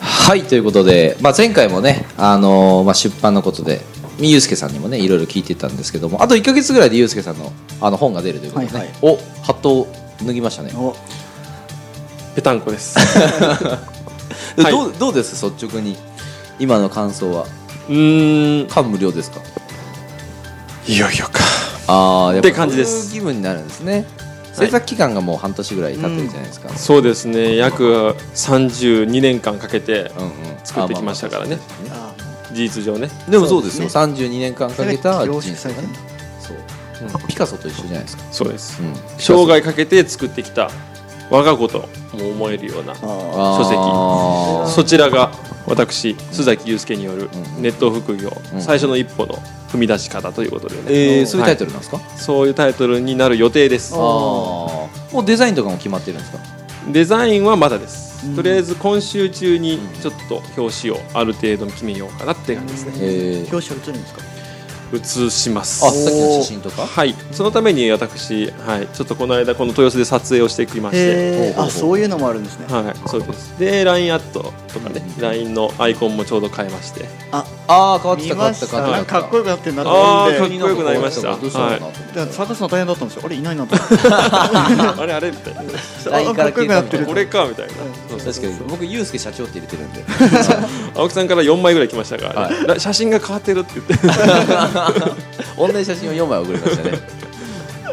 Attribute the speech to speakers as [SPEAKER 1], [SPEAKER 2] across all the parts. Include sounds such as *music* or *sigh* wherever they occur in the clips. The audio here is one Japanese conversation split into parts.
[SPEAKER 1] はいということで、まあ、前回もね、あのーまあ、出版のことでゆうすけさんにもねいろいろ聞いてたんですけどもあと1か月ぐらいでゆうすけさんのあの本が出るということで、ね
[SPEAKER 2] はいはい
[SPEAKER 1] おハットを脱ぎましたね
[SPEAKER 2] お
[SPEAKER 3] ぺたん
[SPEAKER 2] *laughs*
[SPEAKER 3] こです。
[SPEAKER 1] で
[SPEAKER 3] はい
[SPEAKER 1] どうどうです率直に今の感想は
[SPEAKER 3] うーん、
[SPEAKER 1] 感無量ですか
[SPEAKER 3] いよいよか。
[SPEAKER 1] ああやっぱ
[SPEAKER 3] って感じで
[SPEAKER 1] そうい
[SPEAKER 3] す
[SPEAKER 1] う気分になるんですね
[SPEAKER 3] は
[SPEAKER 1] 制
[SPEAKER 3] い
[SPEAKER 1] 作期間がもう半年ぐらい経ってるじゃないですか、
[SPEAKER 3] そうですね、約32年間かけて
[SPEAKER 1] うんうん
[SPEAKER 3] 作ってきましたからね、
[SPEAKER 2] あ
[SPEAKER 3] 事実上ね。
[SPEAKER 1] でもそうですよ、
[SPEAKER 2] そ
[SPEAKER 1] 32年間かけた人
[SPEAKER 2] 凝縮
[SPEAKER 1] 生
[SPEAKER 2] されて
[SPEAKER 1] が
[SPEAKER 2] る
[SPEAKER 1] ねそう、ピカソと一緒じゃないですか、
[SPEAKER 3] そうです。
[SPEAKER 1] うん
[SPEAKER 3] 生涯かけて作ってきた我が子とも思えるような、
[SPEAKER 2] あ
[SPEAKER 1] あー
[SPEAKER 3] 書籍そちらが私、須崎祐介による
[SPEAKER 1] うん
[SPEAKER 3] ネット副業、
[SPEAKER 1] うん
[SPEAKER 3] 最初の一歩の踏み出し方ということでね、
[SPEAKER 1] えー、
[SPEAKER 3] は
[SPEAKER 1] そういうタイトルなんですか、
[SPEAKER 3] そういうタイトルになる予定です
[SPEAKER 1] あ。ーもうデザインとかも決まってるんですか
[SPEAKER 3] デザインはまだです、
[SPEAKER 2] うん
[SPEAKER 3] とりあえず今週中にちょっと表紙をある程度決めようかなって感じですね
[SPEAKER 1] えー、
[SPEAKER 2] 表紙映るんですか
[SPEAKER 3] 写します
[SPEAKER 1] あさっきの写真とか
[SPEAKER 3] はいそのために私、はい、ちょっとこの間この豊洲で撮影をしてきまして
[SPEAKER 2] へえ
[SPEAKER 1] ほうほうほう
[SPEAKER 2] あそういうのもあるんですね
[SPEAKER 3] はいそうですで LINE アットとか
[SPEAKER 1] う
[SPEAKER 3] ね、
[SPEAKER 1] ん
[SPEAKER 3] LINE のアイコンもちょうど変えまして
[SPEAKER 2] あ
[SPEAKER 1] ああ変わって
[SPEAKER 2] 見
[SPEAKER 1] た変わ
[SPEAKER 2] ま
[SPEAKER 1] って
[SPEAKER 2] した
[SPEAKER 1] 変わ
[SPEAKER 2] た
[SPEAKER 1] って
[SPEAKER 2] か
[SPEAKER 1] た
[SPEAKER 2] っこよくなってるなと
[SPEAKER 3] あ
[SPEAKER 2] 思
[SPEAKER 3] ーか
[SPEAKER 2] っ
[SPEAKER 3] ってこよくなりました
[SPEAKER 1] どうしたのかなと
[SPEAKER 2] だから
[SPEAKER 1] 思
[SPEAKER 2] 探すの大変だったんですよあれいないなと思っ
[SPEAKER 3] あれあれみたいな
[SPEAKER 2] て
[SPEAKER 1] LINE
[SPEAKER 2] あかっこよくなっ
[SPEAKER 1] から聞い
[SPEAKER 2] て
[SPEAKER 1] た
[SPEAKER 2] る
[SPEAKER 1] の
[SPEAKER 3] 俺かみたいなそう
[SPEAKER 1] っ
[SPEAKER 3] そう
[SPEAKER 1] て確かに僕ユうスケ社長って入れてる
[SPEAKER 3] *laughs*
[SPEAKER 1] んで
[SPEAKER 3] 青木さんから4枚ぐらい来ましたが、
[SPEAKER 1] はい
[SPEAKER 3] ら写真が変わってるって言って
[SPEAKER 1] 同じ写真を4枚送りました
[SPEAKER 3] *laughs*
[SPEAKER 1] ね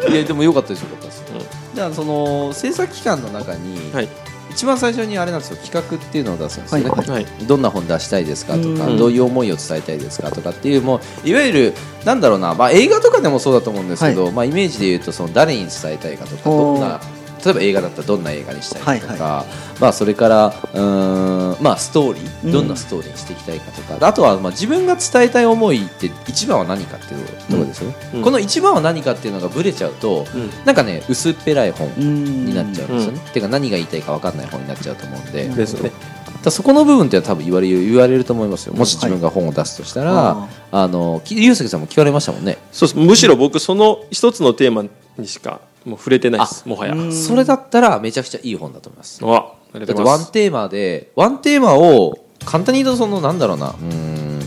[SPEAKER 1] いやでも良かったですよ良かったです、じゃあその制作期間の中に、
[SPEAKER 3] はい
[SPEAKER 1] 一番最初にあれなんですよ企画っていうのを出すんですよね、
[SPEAKER 2] はい
[SPEAKER 3] はい
[SPEAKER 1] どんな本出したいですかとか
[SPEAKER 3] うん
[SPEAKER 1] どういう思いを伝えたいですかとかっていうもういわゆるなんだろうな、まあ、映画とかでもそうだと思うんですけど、まあ、イメージで言うとその誰に伝えたいかとか
[SPEAKER 2] おー
[SPEAKER 1] どんな例えば映画だったらどんな映画にしたいかとか、
[SPEAKER 2] は
[SPEAKER 1] まあ、それからうーん、まあ、ストーリー
[SPEAKER 2] うん
[SPEAKER 1] どんなストーリーにしていきたいかとか、あとはまあ自分が伝えたい思いって一番は何かっていうところですよね、
[SPEAKER 3] うん
[SPEAKER 1] この一番は何かっていうのがブレちゃうと、
[SPEAKER 3] うん
[SPEAKER 1] なんかね薄っぺらい本
[SPEAKER 2] に
[SPEAKER 1] になっちゃうんですよね、てか何が言いたいか分かんない本になっちゃうと思うんで、
[SPEAKER 3] ですよね
[SPEAKER 1] だからそこの部分っていうのは多分言われる言われると思いますよもし自分が本を出すとしたら、
[SPEAKER 2] はい
[SPEAKER 1] あのきゆうすけさんも聞かれましたもんね
[SPEAKER 3] そうですむしろ僕その一つのテーマにしかもう触れてないですもはや
[SPEAKER 2] うん
[SPEAKER 1] それだったらめちゃくちゃいい本だと思います
[SPEAKER 3] あありが
[SPEAKER 1] だって
[SPEAKER 3] とうござい
[SPEAKER 1] ワ
[SPEAKER 3] ま
[SPEAKER 1] ン
[SPEAKER 3] す
[SPEAKER 1] テーマでワンテーマを簡単に言うとそのなんだろうなうーん、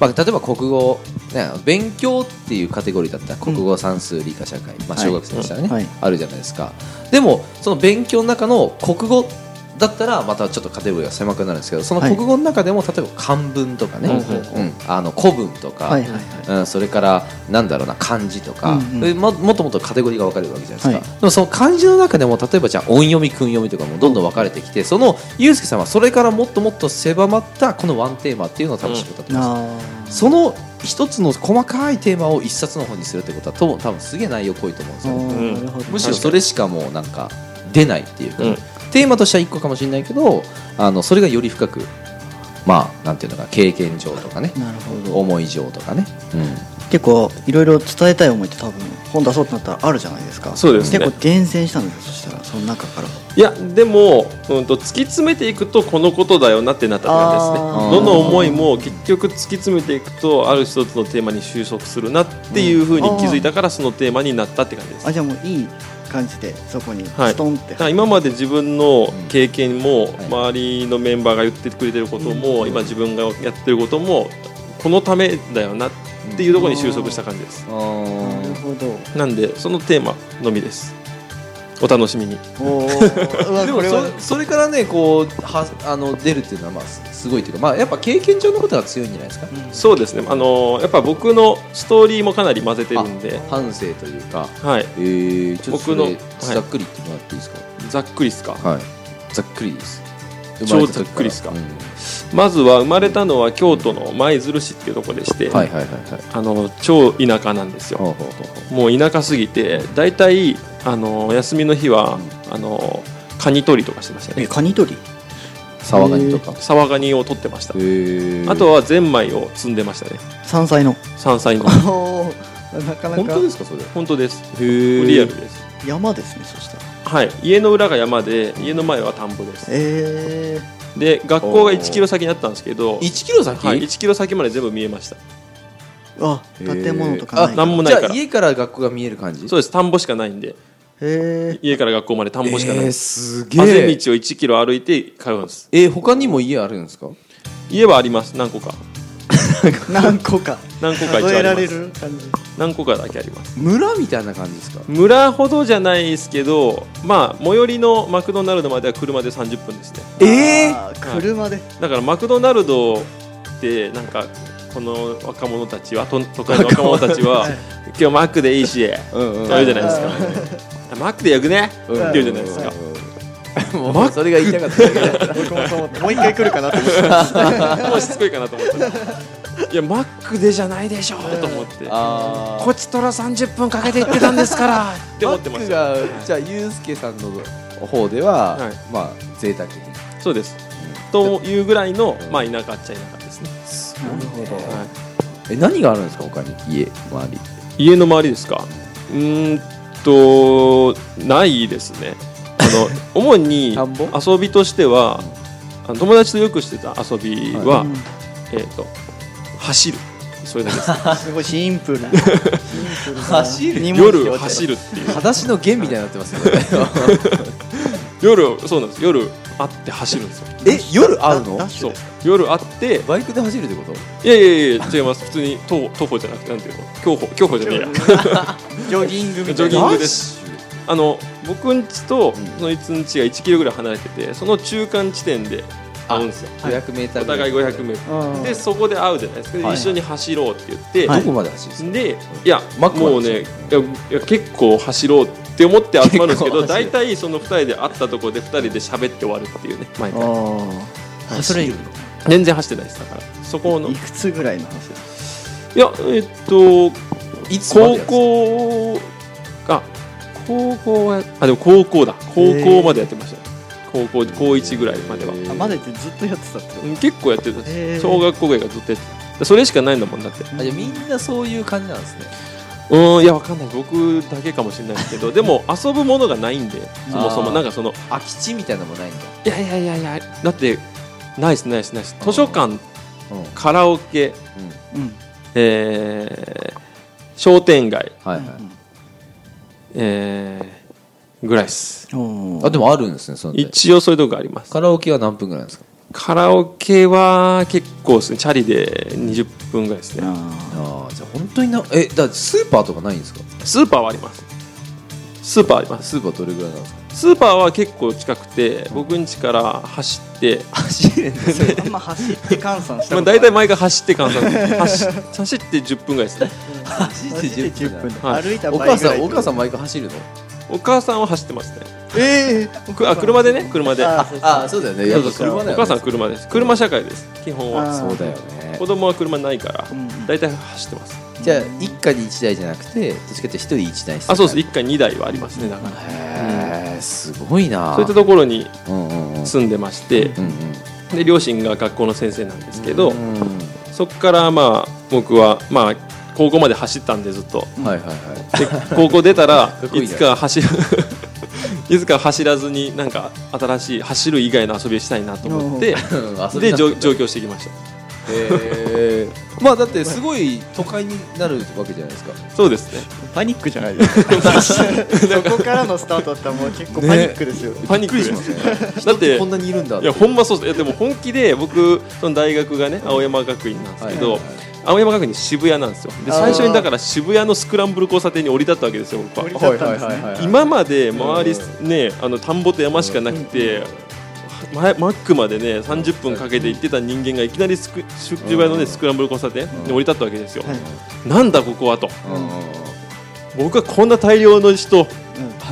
[SPEAKER 1] まあ、例えば国語、ね、勉強っていうカテゴリーだったら国語算数理科社会、まあ、
[SPEAKER 2] はい
[SPEAKER 1] 小学生でしたらね、
[SPEAKER 2] うんはい
[SPEAKER 1] あるじゃないですかでもその勉強の中の国語だったらまたちょっとカテゴリーが狭くなるんですけどその
[SPEAKER 2] はい
[SPEAKER 1] 国語の中でも例えば漢文とかね、
[SPEAKER 3] うん
[SPEAKER 1] うんあの古文とか、
[SPEAKER 2] はいはいはい
[SPEAKER 1] うん、それからなんだろうな漢字とか、
[SPEAKER 2] うんうん
[SPEAKER 1] でももっともっとカテゴリーが分かれるわけじゃないですか、
[SPEAKER 2] は
[SPEAKER 1] でもその漢字の中でも例えばじゃあ音読み訓読みとかもどんどん分かれてきてそのユうスケさんはそれからもっともっと狭まったこのワンテーマっていうのを楽しくだと思います、
[SPEAKER 2] あー
[SPEAKER 1] その一つの細かいテーマを一冊の本にするってことはと多分すげえ内容濃いと思うんです
[SPEAKER 2] あ
[SPEAKER 1] よ、
[SPEAKER 2] ーなるほど
[SPEAKER 1] むしろそれしかもうなんか出ないっていうか、
[SPEAKER 3] うん
[SPEAKER 1] テーマとしては1個かもしれないけどあのそれがより深くまあなんていうのか経験上とかね
[SPEAKER 2] なるほど
[SPEAKER 1] 思い上とかね、うん、
[SPEAKER 2] 結構いろいろ伝えたい思いって多分本出そうってなったらあるじゃないですか
[SPEAKER 3] そうですね
[SPEAKER 2] 結構厳選したんですよそしたらその中から
[SPEAKER 3] いやでも、うん、と突き詰めていくとこのことだよなってなったって感じです
[SPEAKER 2] あ
[SPEAKER 1] ー
[SPEAKER 3] ねどの思いも結局突き詰めていくとある一つのテーマに収束するなっていうふうに気づいたからそのテーマになったって感じです
[SPEAKER 2] あじゃあもういい感じでそこに
[SPEAKER 3] はい
[SPEAKER 2] ストンって
[SPEAKER 3] だから今まで自分の経験も
[SPEAKER 1] ん
[SPEAKER 3] 周りのメンバーが言ってくれてることも今自分がやってることもこのためだよなっていうところに収束した感じです
[SPEAKER 2] なるほど
[SPEAKER 3] なんでそのテーマのみですお楽しみに
[SPEAKER 2] お
[SPEAKER 3] *laughs*
[SPEAKER 2] ーうわ
[SPEAKER 1] でも
[SPEAKER 2] これは
[SPEAKER 1] そそれからねこうはあの出るっていうのはまあすすごいというか、まあ、やっぱ経験上のことが強いんじゃないですか、
[SPEAKER 3] そうですねあのやっぱ僕のストーリーもかなり混ぜてるんで
[SPEAKER 1] 反省というか、
[SPEAKER 3] はい
[SPEAKER 1] えー、ちょっとそれ
[SPEAKER 3] 僕のはい
[SPEAKER 1] ざっくり言ってもらっていいですか
[SPEAKER 3] ざっくりっすか、
[SPEAKER 1] はいざっくりです
[SPEAKER 3] 超ざっくりっすか
[SPEAKER 1] うん
[SPEAKER 3] まずは生まれたのは京都の舞鶴市っていうところでして、
[SPEAKER 1] はいはいはいはい
[SPEAKER 3] あの超田舎なんですよ
[SPEAKER 1] ほうほうほうほ
[SPEAKER 3] もう田舎すぎて大体あの休みの日はあのカニ取りとかしてました
[SPEAKER 2] え
[SPEAKER 3] ね
[SPEAKER 2] カニ取り
[SPEAKER 1] う沢ガニとか
[SPEAKER 3] サワガニを取ってましたあ
[SPEAKER 1] あ
[SPEAKER 3] とはゼンマイを積んでましたね
[SPEAKER 2] 山菜の
[SPEAKER 3] 山菜
[SPEAKER 1] *laughs*
[SPEAKER 3] の
[SPEAKER 2] おーなかな
[SPEAKER 1] 本
[SPEAKER 2] か
[SPEAKER 1] 当ですかそれ
[SPEAKER 3] 本当です
[SPEAKER 1] へ
[SPEAKER 3] リアルです
[SPEAKER 2] 山ですねそしたら
[SPEAKER 3] はい家の裏が山で家の前は田んぼです
[SPEAKER 2] え
[SPEAKER 3] で学校が1キロ先にあったんですけど
[SPEAKER 1] 1キロ先、
[SPEAKER 3] はい、1キロ先まで全部見えました
[SPEAKER 2] ー、あ
[SPEAKER 1] へー
[SPEAKER 2] 建物とかない
[SPEAKER 3] あなんもないから
[SPEAKER 1] じゃあ家から学校が見える感じ
[SPEAKER 3] そうです田んぼしかないんで
[SPEAKER 2] へえ
[SPEAKER 3] 家から学校まで田んぼしかない、
[SPEAKER 1] えーすげえ
[SPEAKER 3] あぜ道を1キロ歩いて通うんです
[SPEAKER 1] え他にも家あるんですか
[SPEAKER 3] 家はあります何個か
[SPEAKER 2] 何個か
[SPEAKER 3] 何個か一応
[SPEAKER 2] 数
[SPEAKER 3] あ
[SPEAKER 2] え
[SPEAKER 3] りま
[SPEAKER 2] ら
[SPEAKER 3] す
[SPEAKER 2] れる感じ
[SPEAKER 3] 何個かだけあります
[SPEAKER 1] 村みたいな感じですか
[SPEAKER 3] 村ほどじゃないですけどまあ最寄りのマクドナルドまでは車で30分ですね
[SPEAKER 1] えー
[SPEAKER 2] あー車で
[SPEAKER 3] だからマクドナルドってなんかこの若者たちはと都会の若者たちは今日マックでいいしって
[SPEAKER 1] うんうん
[SPEAKER 3] 言うじゃないですかマックでよくねって言うじゃないですか
[SPEAKER 1] もうそれが言いたかっただけだ
[SPEAKER 2] 僕もそう思ってもう一回来るかなと思って
[SPEAKER 3] もうしつこいかなと思ったいやマックでじゃないでしょと思って
[SPEAKER 1] あー
[SPEAKER 3] こちとら30分かけて行ってたんですからって思ってました
[SPEAKER 1] マックがじゃあユうスケさんの方では、
[SPEAKER 3] はい
[SPEAKER 1] まあ贅沢に
[SPEAKER 3] そうですというぐらいのまあ田舎っちゃ田舎ですね、
[SPEAKER 1] すごいね
[SPEAKER 3] は
[SPEAKER 1] え何があるんですか他に家周り
[SPEAKER 3] い家の周りですかうーんとないですねあの *laughs* 主に
[SPEAKER 1] 田んぼ
[SPEAKER 3] 遊びとしてはあの友達とよくしてた遊びは、
[SPEAKER 2] うん
[SPEAKER 3] えっ、と走るそれだけ *laughs* です
[SPEAKER 2] すごいシンプルなシンプルな
[SPEAKER 1] 走る
[SPEAKER 2] 荷物
[SPEAKER 3] 夜
[SPEAKER 2] 背負っちゃう
[SPEAKER 3] 走るっていう *laughs*
[SPEAKER 1] 裸足の弦みたいになってますよね
[SPEAKER 3] 夜そうなんです夜会って走るんです *laughs* よ
[SPEAKER 1] *laughs* え夜会う
[SPEAKER 2] ダ
[SPEAKER 1] の
[SPEAKER 2] ッシ
[SPEAKER 3] そ
[SPEAKER 2] ュ
[SPEAKER 3] う
[SPEAKER 2] です
[SPEAKER 3] 夜会って
[SPEAKER 1] バイクで走るってこと
[SPEAKER 3] いやいやいや違います普通に徒歩徒歩じゃなくてなんていうの競歩競歩じゃねえや
[SPEAKER 2] ジョギングみたいな
[SPEAKER 3] *laughs* ジョギングです
[SPEAKER 1] ダッシ
[SPEAKER 3] あの僕ん家と
[SPEAKER 1] うん
[SPEAKER 3] そのいつん家が1キロぐらい離れててその中間地点で会うんですよ
[SPEAKER 1] ュ500メーター
[SPEAKER 3] お互い5 0 0ル
[SPEAKER 2] うん
[SPEAKER 3] でそこで会うじゃないですか、で
[SPEAKER 1] はい
[SPEAKER 3] 一緒に走ろうって言って、
[SPEAKER 2] はい
[SPEAKER 1] どこまで走るんですか
[SPEAKER 3] でいや
[SPEAKER 1] マックまで
[SPEAKER 3] もうねいやいや結構走ろうって思って集まるんですけど
[SPEAKER 1] 結構走
[SPEAKER 3] 大
[SPEAKER 1] る
[SPEAKER 3] 体その2人で会ったところで2人で喋って終わるっていうね毎
[SPEAKER 2] あ
[SPEAKER 3] 回
[SPEAKER 2] ーそれい
[SPEAKER 3] 全然走ってないですだからそこのい
[SPEAKER 2] くつぐらいの話ですか
[SPEAKER 3] やえっと
[SPEAKER 1] いつまでやる
[SPEAKER 3] 高
[SPEAKER 1] んですか
[SPEAKER 3] 校あ高校はあでも高校だ高校までやってましたね高校高1ぐらいまでは
[SPEAKER 2] あまだってずっとやってたってこと
[SPEAKER 3] うん結構やってた
[SPEAKER 2] へー
[SPEAKER 3] 小学校ぐらいからずっとやってたそれしかないんだもんだって
[SPEAKER 1] あじゃあみんなそういう感じなんですね
[SPEAKER 3] うーんいやわかんない僕だけかもしれないですけど
[SPEAKER 1] *laughs*
[SPEAKER 3] でも遊ぶものがないんでそもそ
[SPEAKER 1] あ
[SPEAKER 3] も
[SPEAKER 1] ー
[SPEAKER 3] なんかその
[SPEAKER 1] 空き地みたいなのもないんだ
[SPEAKER 3] いやいやいやいやだってナイスナイスナイス図書館
[SPEAKER 1] うんうん
[SPEAKER 3] カラオケ、
[SPEAKER 2] うん
[SPEAKER 3] えー商店街、
[SPEAKER 1] はいはい
[SPEAKER 3] えーぐらいです
[SPEAKER 2] うん
[SPEAKER 1] あでもあるんですねその時
[SPEAKER 3] 一応そういうとこがあります
[SPEAKER 1] カラオケは何分ぐらいなんですか
[SPEAKER 3] カラオケは結構ですねチャリで20分ぐらいですね
[SPEAKER 2] あ
[SPEAKER 1] ああじゃあ本当になえだってスーパーとかないんですか
[SPEAKER 3] スーパーはありますスーパーあります
[SPEAKER 1] スーパーどれぐらいなんですか
[SPEAKER 3] スーパーは結構近くて僕ん家から走って
[SPEAKER 1] 走るんです
[SPEAKER 2] ーあんま走って換算した
[SPEAKER 3] まあ、
[SPEAKER 2] ことな
[SPEAKER 3] 大
[SPEAKER 2] い
[SPEAKER 3] 体毎回走って換算です走 *laughs* 走って10分ぐらいですね
[SPEAKER 1] 走って
[SPEAKER 2] 走って
[SPEAKER 1] 10
[SPEAKER 2] 10
[SPEAKER 1] 分
[SPEAKER 2] 分
[SPEAKER 1] だ
[SPEAKER 3] はい
[SPEAKER 2] 歩いた
[SPEAKER 1] お
[SPEAKER 2] 場
[SPEAKER 1] 母
[SPEAKER 2] 合ぐら
[SPEAKER 1] さ
[SPEAKER 2] い
[SPEAKER 1] んお母さん毎回走るの
[SPEAKER 3] お母さんは走ってますね
[SPEAKER 2] え
[SPEAKER 3] くあ車でね車で
[SPEAKER 2] あそうそう
[SPEAKER 1] ああそうだよねやっぱ車だよね
[SPEAKER 3] お母さんは車です車社会です基本は
[SPEAKER 2] あ
[SPEAKER 1] そうだよね
[SPEAKER 3] 子供は車ないから
[SPEAKER 2] うんうん
[SPEAKER 3] 大体走ってます
[SPEAKER 1] じゃあ一家に一台じゃなくてどっちかっていうと一人一台必要
[SPEAKER 3] あそうです一家2台はありますねだから
[SPEAKER 1] へえすごいな
[SPEAKER 3] そういったところに
[SPEAKER 1] うんうんうん
[SPEAKER 3] 住んでまして
[SPEAKER 1] うん
[SPEAKER 3] で両親が学校の先生なんですけど
[SPEAKER 1] うんうん
[SPEAKER 3] そこからまあ僕はまあ高校まで走ったんでずっと
[SPEAKER 1] はいはいはい *laughs*
[SPEAKER 3] で高校出たら
[SPEAKER 1] っこいい
[SPEAKER 3] い
[SPEAKER 1] な
[SPEAKER 3] つか走る *laughs* いつか走らずになんか新しい走る以外の遊びをしたいなと思って
[SPEAKER 1] うん上
[SPEAKER 3] で上上京してきま
[SPEAKER 1] へ
[SPEAKER 3] し
[SPEAKER 1] えまあだってすごい都会になるわけじゃないですか
[SPEAKER 3] たそうですね
[SPEAKER 2] パニックじゃないですかそこからのスタートだったらもう結構パニックですよ、
[SPEAKER 3] パニックです
[SPEAKER 1] す *laughs*
[SPEAKER 3] だって
[SPEAKER 1] こんなにいるんだ
[SPEAKER 3] いやほんまそうですいやでも本気で僕その大学がね青山学院なんですけど、
[SPEAKER 1] はいはいはい
[SPEAKER 3] 青山学院渋谷なんですよで
[SPEAKER 2] あー
[SPEAKER 3] 最初にだから渋谷のスクランブル交差点に降り立ったわけですよ僕
[SPEAKER 2] 降り
[SPEAKER 3] は
[SPEAKER 2] 立ったんですね、
[SPEAKER 3] *laughs* 今まで周りねあの田んぼと山しかなくて、まマックまでね30分かけて行ってた人間がいきなりスク渋谷の
[SPEAKER 1] う
[SPEAKER 3] ね
[SPEAKER 1] ん
[SPEAKER 3] スクランブル交差点に降り立ったわけですよ、
[SPEAKER 2] はい
[SPEAKER 3] なんだここはと
[SPEAKER 1] うんうんうん
[SPEAKER 3] 僕はこんな大量の人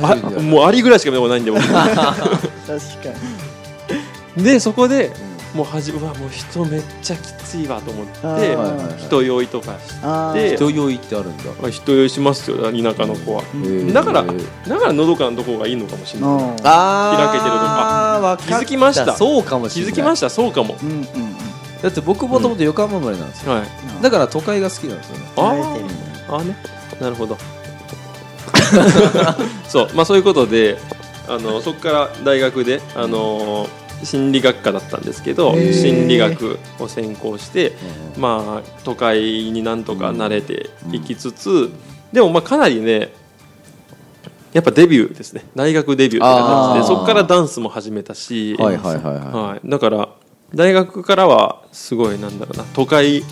[SPEAKER 3] あ
[SPEAKER 1] 初めてだ
[SPEAKER 3] もうアリぐらいしか見たことないんで僕
[SPEAKER 2] 確かに
[SPEAKER 3] *laughs* でそこでもうはじうわもう人めっちゃきついわと思って
[SPEAKER 2] あー
[SPEAKER 1] はいはいはい
[SPEAKER 3] 人酔いとかし
[SPEAKER 2] あ
[SPEAKER 3] で
[SPEAKER 1] 人酔いってあるんだ
[SPEAKER 3] まあ人酔いしますよ田舎の子は
[SPEAKER 2] う
[SPEAKER 1] へ
[SPEAKER 2] ん
[SPEAKER 1] ー
[SPEAKER 3] だからだからのどかなとこがいいのかもしれない
[SPEAKER 2] ああ
[SPEAKER 1] あー
[SPEAKER 3] 開けてるとこあ
[SPEAKER 1] わかった
[SPEAKER 3] 気づきました
[SPEAKER 1] そうかもし
[SPEAKER 3] 気
[SPEAKER 1] れな
[SPEAKER 3] づ
[SPEAKER 1] い
[SPEAKER 3] きましたそうかも
[SPEAKER 2] うんうんうん
[SPEAKER 1] だって僕もともと横浜生まれなんですよ、
[SPEAKER 3] はい
[SPEAKER 1] だから都会が好きなんですよね
[SPEAKER 3] あ
[SPEAKER 2] 慣れてる
[SPEAKER 3] ああねなるほど *laughs* そうまあそういうことであのそこから大学であの心理学科だったんですけど
[SPEAKER 2] へー
[SPEAKER 3] 心理学を専攻してまあ都会になんとか慣れていきつつ、でもまあかなりねやっぱデビューですね大学デビューって感じ
[SPEAKER 1] あー
[SPEAKER 3] でそこからダンスも始めたし、
[SPEAKER 1] はいはいはいはい
[SPEAKER 3] いだから大学からはすごいなんだろうな都会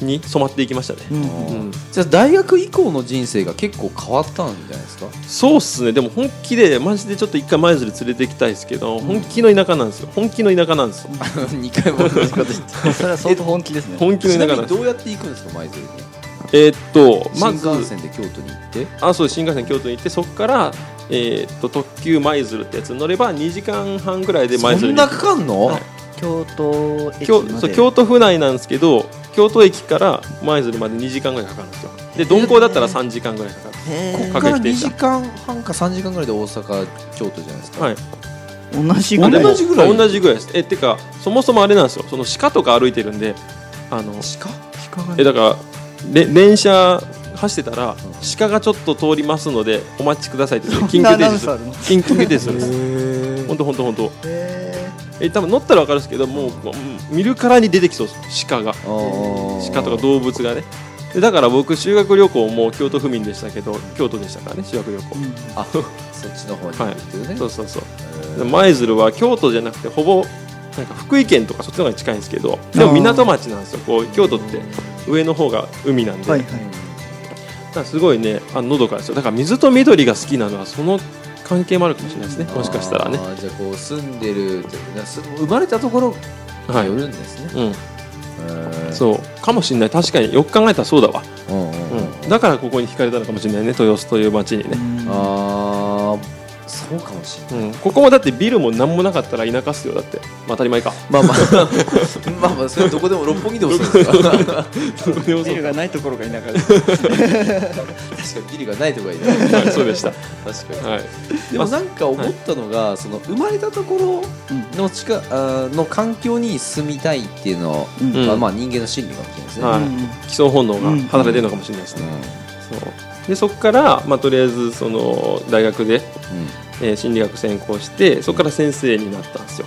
[SPEAKER 3] に染まっていきましたね、
[SPEAKER 2] うん
[SPEAKER 3] うん
[SPEAKER 1] じゃあ大学以降の人生が結構変わったんじゃないですか
[SPEAKER 3] そうっすねでも本気でマジでちょっと一回舞鶴連れて行きたいですけど、本気の田舎なんですよ本気の田舎なんですよ
[SPEAKER 1] 2回も同じこと言って
[SPEAKER 2] それは相当本気ですね
[SPEAKER 3] 本気の
[SPEAKER 1] ちな
[SPEAKER 3] 田
[SPEAKER 1] み
[SPEAKER 3] 舎な
[SPEAKER 1] に
[SPEAKER 3] んです
[SPEAKER 1] どうやって行くんですか舞鶴に
[SPEAKER 3] えーっとま
[SPEAKER 1] 新
[SPEAKER 3] ず
[SPEAKER 1] 幹線で京都に行って
[SPEAKER 3] あそう新幹線京都に行ってそこから、えーっと特急舞鶴ってやつに乗れば2時間半ぐらいで舞
[SPEAKER 1] そ
[SPEAKER 3] 鶴
[SPEAKER 1] ん
[SPEAKER 3] に
[SPEAKER 1] なかかんの、
[SPEAKER 2] はい京都駅
[SPEAKER 3] 京
[SPEAKER 2] まで
[SPEAKER 3] そう京都府内なんですけど京都駅から舞鶴まで2時間ぐらいかかるんですよで鈍行だったら3時間ぐらいかかる、
[SPEAKER 2] へ
[SPEAKER 1] こ
[SPEAKER 2] ー
[SPEAKER 1] こから
[SPEAKER 3] 各駅
[SPEAKER 1] 2
[SPEAKER 3] 停車
[SPEAKER 1] 時間半か3時間ぐらいで大阪京都じゃないですか、
[SPEAKER 3] はい、
[SPEAKER 2] 同じ
[SPEAKER 1] 同
[SPEAKER 2] ぐ
[SPEAKER 1] じ
[SPEAKER 2] らい
[SPEAKER 1] 同じぐらい
[SPEAKER 3] 同じぐらいですえってかそもそもあれなんですよその鹿とか歩いてるんであの
[SPEAKER 1] 鹿
[SPEAKER 2] 鹿が
[SPEAKER 3] えだかられ電車走ってたら
[SPEAKER 1] ん
[SPEAKER 3] 鹿がちょっと通りますのでお待ちくださいって言って
[SPEAKER 2] そん
[SPEAKER 3] 緊
[SPEAKER 2] な
[SPEAKER 3] 急停
[SPEAKER 2] アナウ
[SPEAKER 3] 止
[SPEAKER 2] ン
[SPEAKER 3] す
[SPEAKER 2] スあ
[SPEAKER 3] る
[SPEAKER 2] るの
[SPEAKER 3] 緊急停止するんです
[SPEAKER 1] へ
[SPEAKER 3] 本当本当本当
[SPEAKER 2] へー
[SPEAKER 3] え多分乗ったら分かるんですけどもうこう見るからに出てきそうです鹿が鹿とか動物がねでだから僕修学旅行も京都府民でしたけど京都でしたからね修学旅行、
[SPEAKER 2] うん
[SPEAKER 1] あそっちの方に行くっていうね、
[SPEAKER 3] そうそうそう
[SPEAKER 1] へ
[SPEAKER 3] で
[SPEAKER 1] ー
[SPEAKER 3] 舞鶴は京都じゃなくてほぼなんか福井県とかそっちの方が近いんですけどでも港町なんですよこう京都って上の方が海なんで、
[SPEAKER 2] はい
[SPEAKER 3] だ
[SPEAKER 2] はい
[SPEAKER 3] からすごいねあののどかですよだから水と緑が好きなのはその関係もあるかもしれないですねもしかしたらね
[SPEAKER 1] あーじゃあこう住んでるす生まれたところに
[SPEAKER 3] はい
[SPEAKER 1] よるんですね、
[SPEAKER 3] うん
[SPEAKER 1] へー
[SPEAKER 3] そうかもしれない確かによく考えたらそうだわ、
[SPEAKER 1] うんうん
[SPEAKER 3] う
[SPEAKER 1] うん
[SPEAKER 3] ん、だからここに惹かれたのかもしれないね豊洲という町にね
[SPEAKER 2] うん
[SPEAKER 1] あーそうかもしれない
[SPEAKER 3] うん、ここもだってビルも何もなかったら田舎っすよだって、まあ、当たり前 *laughs* か
[SPEAKER 1] まあまあ *laughs* まあまあそれはどこでも六本木でもそうです
[SPEAKER 3] *laughs*
[SPEAKER 1] から確か
[SPEAKER 3] でもそう
[SPEAKER 2] ビルがないところが田舎です
[SPEAKER 1] にビルがないとこがいいな
[SPEAKER 3] はいそうでした、は
[SPEAKER 1] 確かに
[SPEAKER 3] い、
[SPEAKER 1] でもなんか思ったのが、その生まれたところの近あーの環境に住みたいっていうの
[SPEAKER 2] うん
[SPEAKER 1] は、
[SPEAKER 3] うん
[SPEAKER 1] まあ人間の心理かもしれないですね、
[SPEAKER 3] はい既存本能が働いてるのかもしれないです
[SPEAKER 1] う
[SPEAKER 3] ね、
[SPEAKER 1] ん
[SPEAKER 3] そうでそこから、まあ、とりあえずその大学で、えー心理学専攻してそこから先生になったんですよ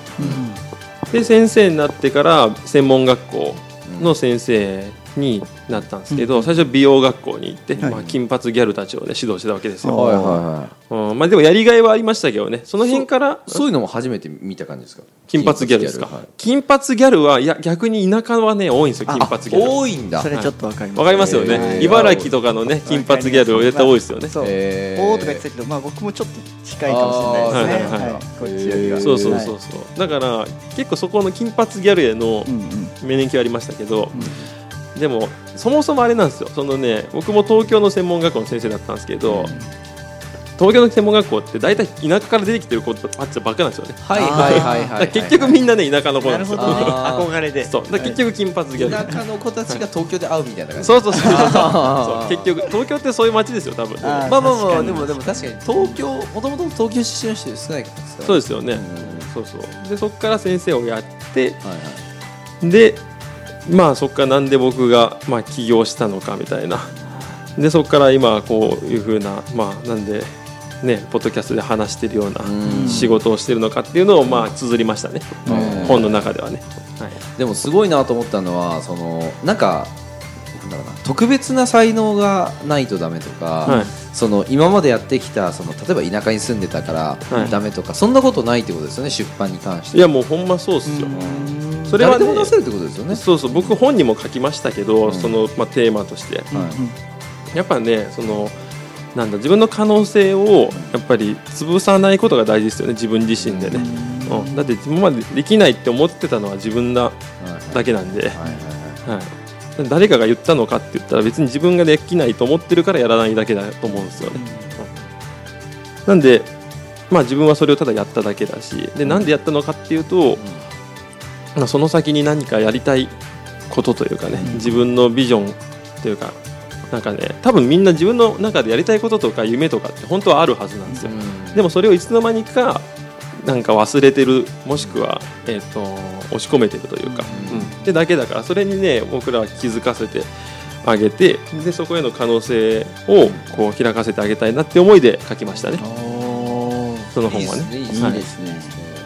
[SPEAKER 3] で先生になってから専門学校
[SPEAKER 1] うん
[SPEAKER 3] の先生になったんですけど、最初美容学校に行って、
[SPEAKER 2] はい
[SPEAKER 3] まあ、金髪ギャルたちを、ね、指導してたわけですよ、
[SPEAKER 2] あ
[SPEAKER 1] はいはいはい
[SPEAKER 3] うんまあ、でもやりがいはありましたけどねその辺から
[SPEAKER 1] そういうのも初めて見た感じですか
[SPEAKER 3] 金髪ギャルですか金髪ギャルはいや逆に田舎はね多いんですよ金髪ギャ
[SPEAKER 1] あ
[SPEAKER 3] ル
[SPEAKER 1] 多いんだ
[SPEAKER 2] それちょっとわかります
[SPEAKER 3] わかりますよ
[SPEAKER 1] え
[SPEAKER 3] ね
[SPEAKER 1] ー
[SPEAKER 3] 茨城とかのね金髪ギャル絶対多いですよね
[SPEAKER 2] そう、
[SPEAKER 1] えー
[SPEAKER 2] おーとか言ってたけど、まあ、僕もちょっと近いかもしれないですね。
[SPEAKER 3] あ
[SPEAKER 2] は
[SPEAKER 3] ー
[SPEAKER 2] い、
[SPEAKER 1] はい
[SPEAKER 2] こっちよりは。
[SPEAKER 1] えー
[SPEAKER 3] そうそう
[SPEAKER 2] はい
[SPEAKER 3] そうそうだから結構そこの金髪ギャルへの
[SPEAKER 2] うんうん。
[SPEAKER 3] 免疫はありましたけどでもそもそもあれなんですよそのね僕も東京の専門学校の先生だったんですけど東京の専門学校って大体田舎から出てきてる子たちばっかなんですよね
[SPEAKER 1] はいはいはい
[SPEAKER 3] だ
[SPEAKER 1] は
[SPEAKER 3] から
[SPEAKER 1] い
[SPEAKER 3] 結局みんなね田舎の子な
[SPEAKER 2] なん
[SPEAKER 3] で
[SPEAKER 2] る
[SPEAKER 3] す
[SPEAKER 2] ほ
[SPEAKER 3] よ
[SPEAKER 2] どね。
[SPEAKER 1] あー
[SPEAKER 2] 憧れで。
[SPEAKER 3] そうだから結局金髪ギャル
[SPEAKER 1] 田舎の子たちが東京で会うみたいな感じ *laughs*
[SPEAKER 3] そうそうそうそうそ
[SPEAKER 1] あ
[SPEAKER 3] う
[SPEAKER 1] ー
[SPEAKER 3] 結局東京ってそういう街ですよ多分
[SPEAKER 2] あー
[SPEAKER 1] まあまあま
[SPEAKER 2] 確か
[SPEAKER 1] あ
[SPEAKER 2] に
[SPEAKER 1] でもでも確かに東京もともと東京出身の人少ないですから
[SPEAKER 3] そうですすよね、
[SPEAKER 1] うん
[SPEAKER 3] そうそうでそこから先生をやって
[SPEAKER 1] はいはい
[SPEAKER 3] でまあそこからなんで僕が、まあ、起業したのかみたいなでそこから今こういうふうなまあなんでねポッドキャストで話してるような
[SPEAKER 1] うん
[SPEAKER 3] 仕事をしてるのかっていうのをまあ綴りましたね、
[SPEAKER 1] うん
[SPEAKER 3] 本の中ではね、
[SPEAKER 1] でもすごいなと思ったのはそのなんかなんだろうな特別な才能がないとダメとか、
[SPEAKER 3] はい
[SPEAKER 1] その今までやってきたその例えば田舎に住んでたか
[SPEAKER 3] は
[SPEAKER 1] ら
[SPEAKER 3] い
[SPEAKER 1] ダメとか、そんなことないってことですよね出版に関し
[SPEAKER 3] い、
[SPEAKER 1] て
[SPEAKER 3] やもうほんまそうっすよ、
[SPEAKER 2] うん
[SPEAKER 3] それは
[SPEAKER 1] 誰
[SPEAKER 3] ね
[SPEAKER 1] でも出せるってことですよね
[SPEAKER 3] そうそう僕本にも書きましたけど、
[SPEAKER 1] うん
[SPEAKER 3] その、まあ、テーマとして
[SPEAKER 2] うんうん
[SPEAKER 1] は
[SPEAKER 3] やっぱねそのなんだ自分の可能性をやっぱり潰さないことが大事ですよね自分自身でね、
[SPEAKER 2] う
[SPEAKER 3] うんん、だって今までできないって思ってたのは自分だだけなんで、
[SPEAKER 1] はいはいはい
[SPEAKER 3] はい、誰かが言ったのかって言ったら別に自分ができないと思ってるからやらないだけだと思うんですよね。なんでまあ自分はそれをただやっただけだしでなんでやったのかっていうと、まあ、その先に何かやりたいことというかね
[SPEAKER 2] うん
[SPEAKER 3] 自分のビジョンというかなんかね多分みんな自分の中でやりたいこととか夢とかって本当はあるはずなんですよ。で
[SPEAKER 1] も
[SPEAKER 3] もそれをいつの間にかなんか忘れてるもしくは、えー、と押し込めてるというか、
[SPEAKER 1] うん
[SPEAKER 3] うんでだけだからそれにね僕らは気づかせてあげてでそこへの可能性をこう開かせてあげたいなって思いで書きましたね
[SPEAKER 2] おー
[SPEAKER 3] その
[SPEAKER 1] い
[SPEAKER 3] 本
[SPEAKER 1] いで
[SPEAKER 3] は
[SPEAKER 1] す
[SPEAKER 3] ね。
[SPEAKER 1] ねいいですね、
[SPEAKER 3] はい
[SPEAKER 1] いですね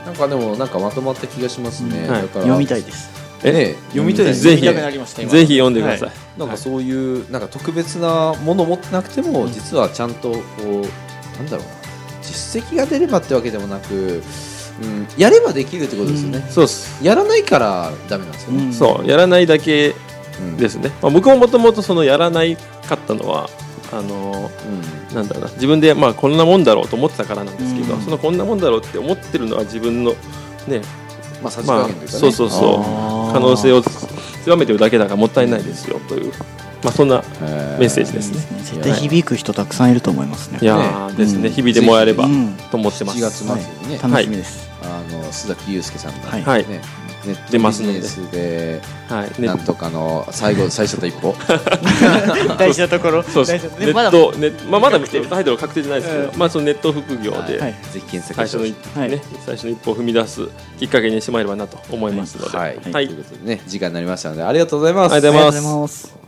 [SPEAKER 1] なんかでもなんかまとまった気がしますね、
[SPEAKER 3] はい
[SPEAKER 1] だから
[SPEAKER 2] 読みたいです。
[SPEAKER 1] ええ読みたいです
[SPEAKER 3] ぜ
[SPEAKER 1] ね
[SPEAKER 3] ひ
[SPEAKER 2] 読みたくなりました今
[SPEAKER 3] ぜひ読んでください
[SPEAKER 2] は。
[SPEAKER 1] なんかそういう、なんか特別なもの持ってなくても、実はちゃんとこうなんだろうな実績が出ればってわけでもなく、うん、やればできるってことですよね、
[SPEAKER 3] そうっす、
[SPEAKER 1] やらないからダメなんですよね、
[SPEAKER 3] そうやらないだけ
[SPEAKER 1] うん
[SPEAKER 3] ですね、まあ、僕ももともとそのやらないかったのはあの
[SPEAKER 1] う
[SPEAKER 3] なんだろうな自分でまあこんなもんだろうと思ってたからなんですけど、
[SPEAKER 2] うん
[SPEAKER 3] そのこんなもんだろうって思ってるのは自分のね
[SPEAKER 1] んまあ、さじ
[SPEAKER 3] ま
[SPEAKER 1] 加
[SPEAKER 3] あ
[SPEAKER 1] 減というかね、
[SPEAKER 3] そうそうそう
[SPEAKER 2] 可
[SPEAKER 3] 可能性
[SPEAKER 2] を
[SPEAKER 3] を極めてるだけだからもったいないですよという、まあ、そんなメ
[SPEAKER 1] メ
[SPEAKER 3] ッセージですね
[SPEAKER 2] 絶対響く人たくさんいると思いますね
[SPEAKER 3] いやー
[SPEAKER 2] ね
[SPEAKER 3] ですね、
[SPEAKER 2] うん
[SPEAKER 3] 日々でもやれば
[SPEAKER 2] うん
[SPEAKER 3] と思ってま
[SPEAKER 1] 7月
[SPEAKER 3] す
[SPEAKER 1] 末にね、
[SPEAKER 2] はい楽しみです
[SPEAKER 1] あの須崎祐介さんが、
[SPEAKER 2] はい
[SPEAKER 1] ね
[SPEAKER 3] はい
[SPEAKER 1] ネット
[SPEAKER 3] 出ますの
[SPEAKER 1] ビ
[SPEAKER 3] で
[SPEAKER 1] ジネスで
[SPEAKER 3] はい、ね
[SPEAKER 1] なんとかの最後最初の一歩
[SPEAKER 2] 大事なところ
[SPEAKER 3] そうですネット、ネまあ、まだタイトルは確定じゃないですけど、
[SPEAKER 2] う
[SPEAKER 3] まあ、そのネット副業で、
[SPEAKER 2] はい
[SPEAKER 1] ぜひ検索
[SPEAKER 3] 最
[SPEAKER 1] して
[SPEAKER 3] 初
[SPEAKER 1] ほ
[SPEAKER 3] の
[SPEAKER 1] しい
[SPEAKER 3] 一、
[SPEAKER 2] はい
[SPEAKER 3] ね、最初の一歩を踏み出すきっかけにしてまいればなと思いますので、
[SPEAKER 1] はい、
[SPEAKER 3] はい
[SPEAKER 1] ということでね時間になりましたのでありがとうございます
[SPEAKER 3] ありがとうご
[SPEAKER 2] あ
[SPEAKER 3] ざいます
[SPEAKER 2] りがとうございます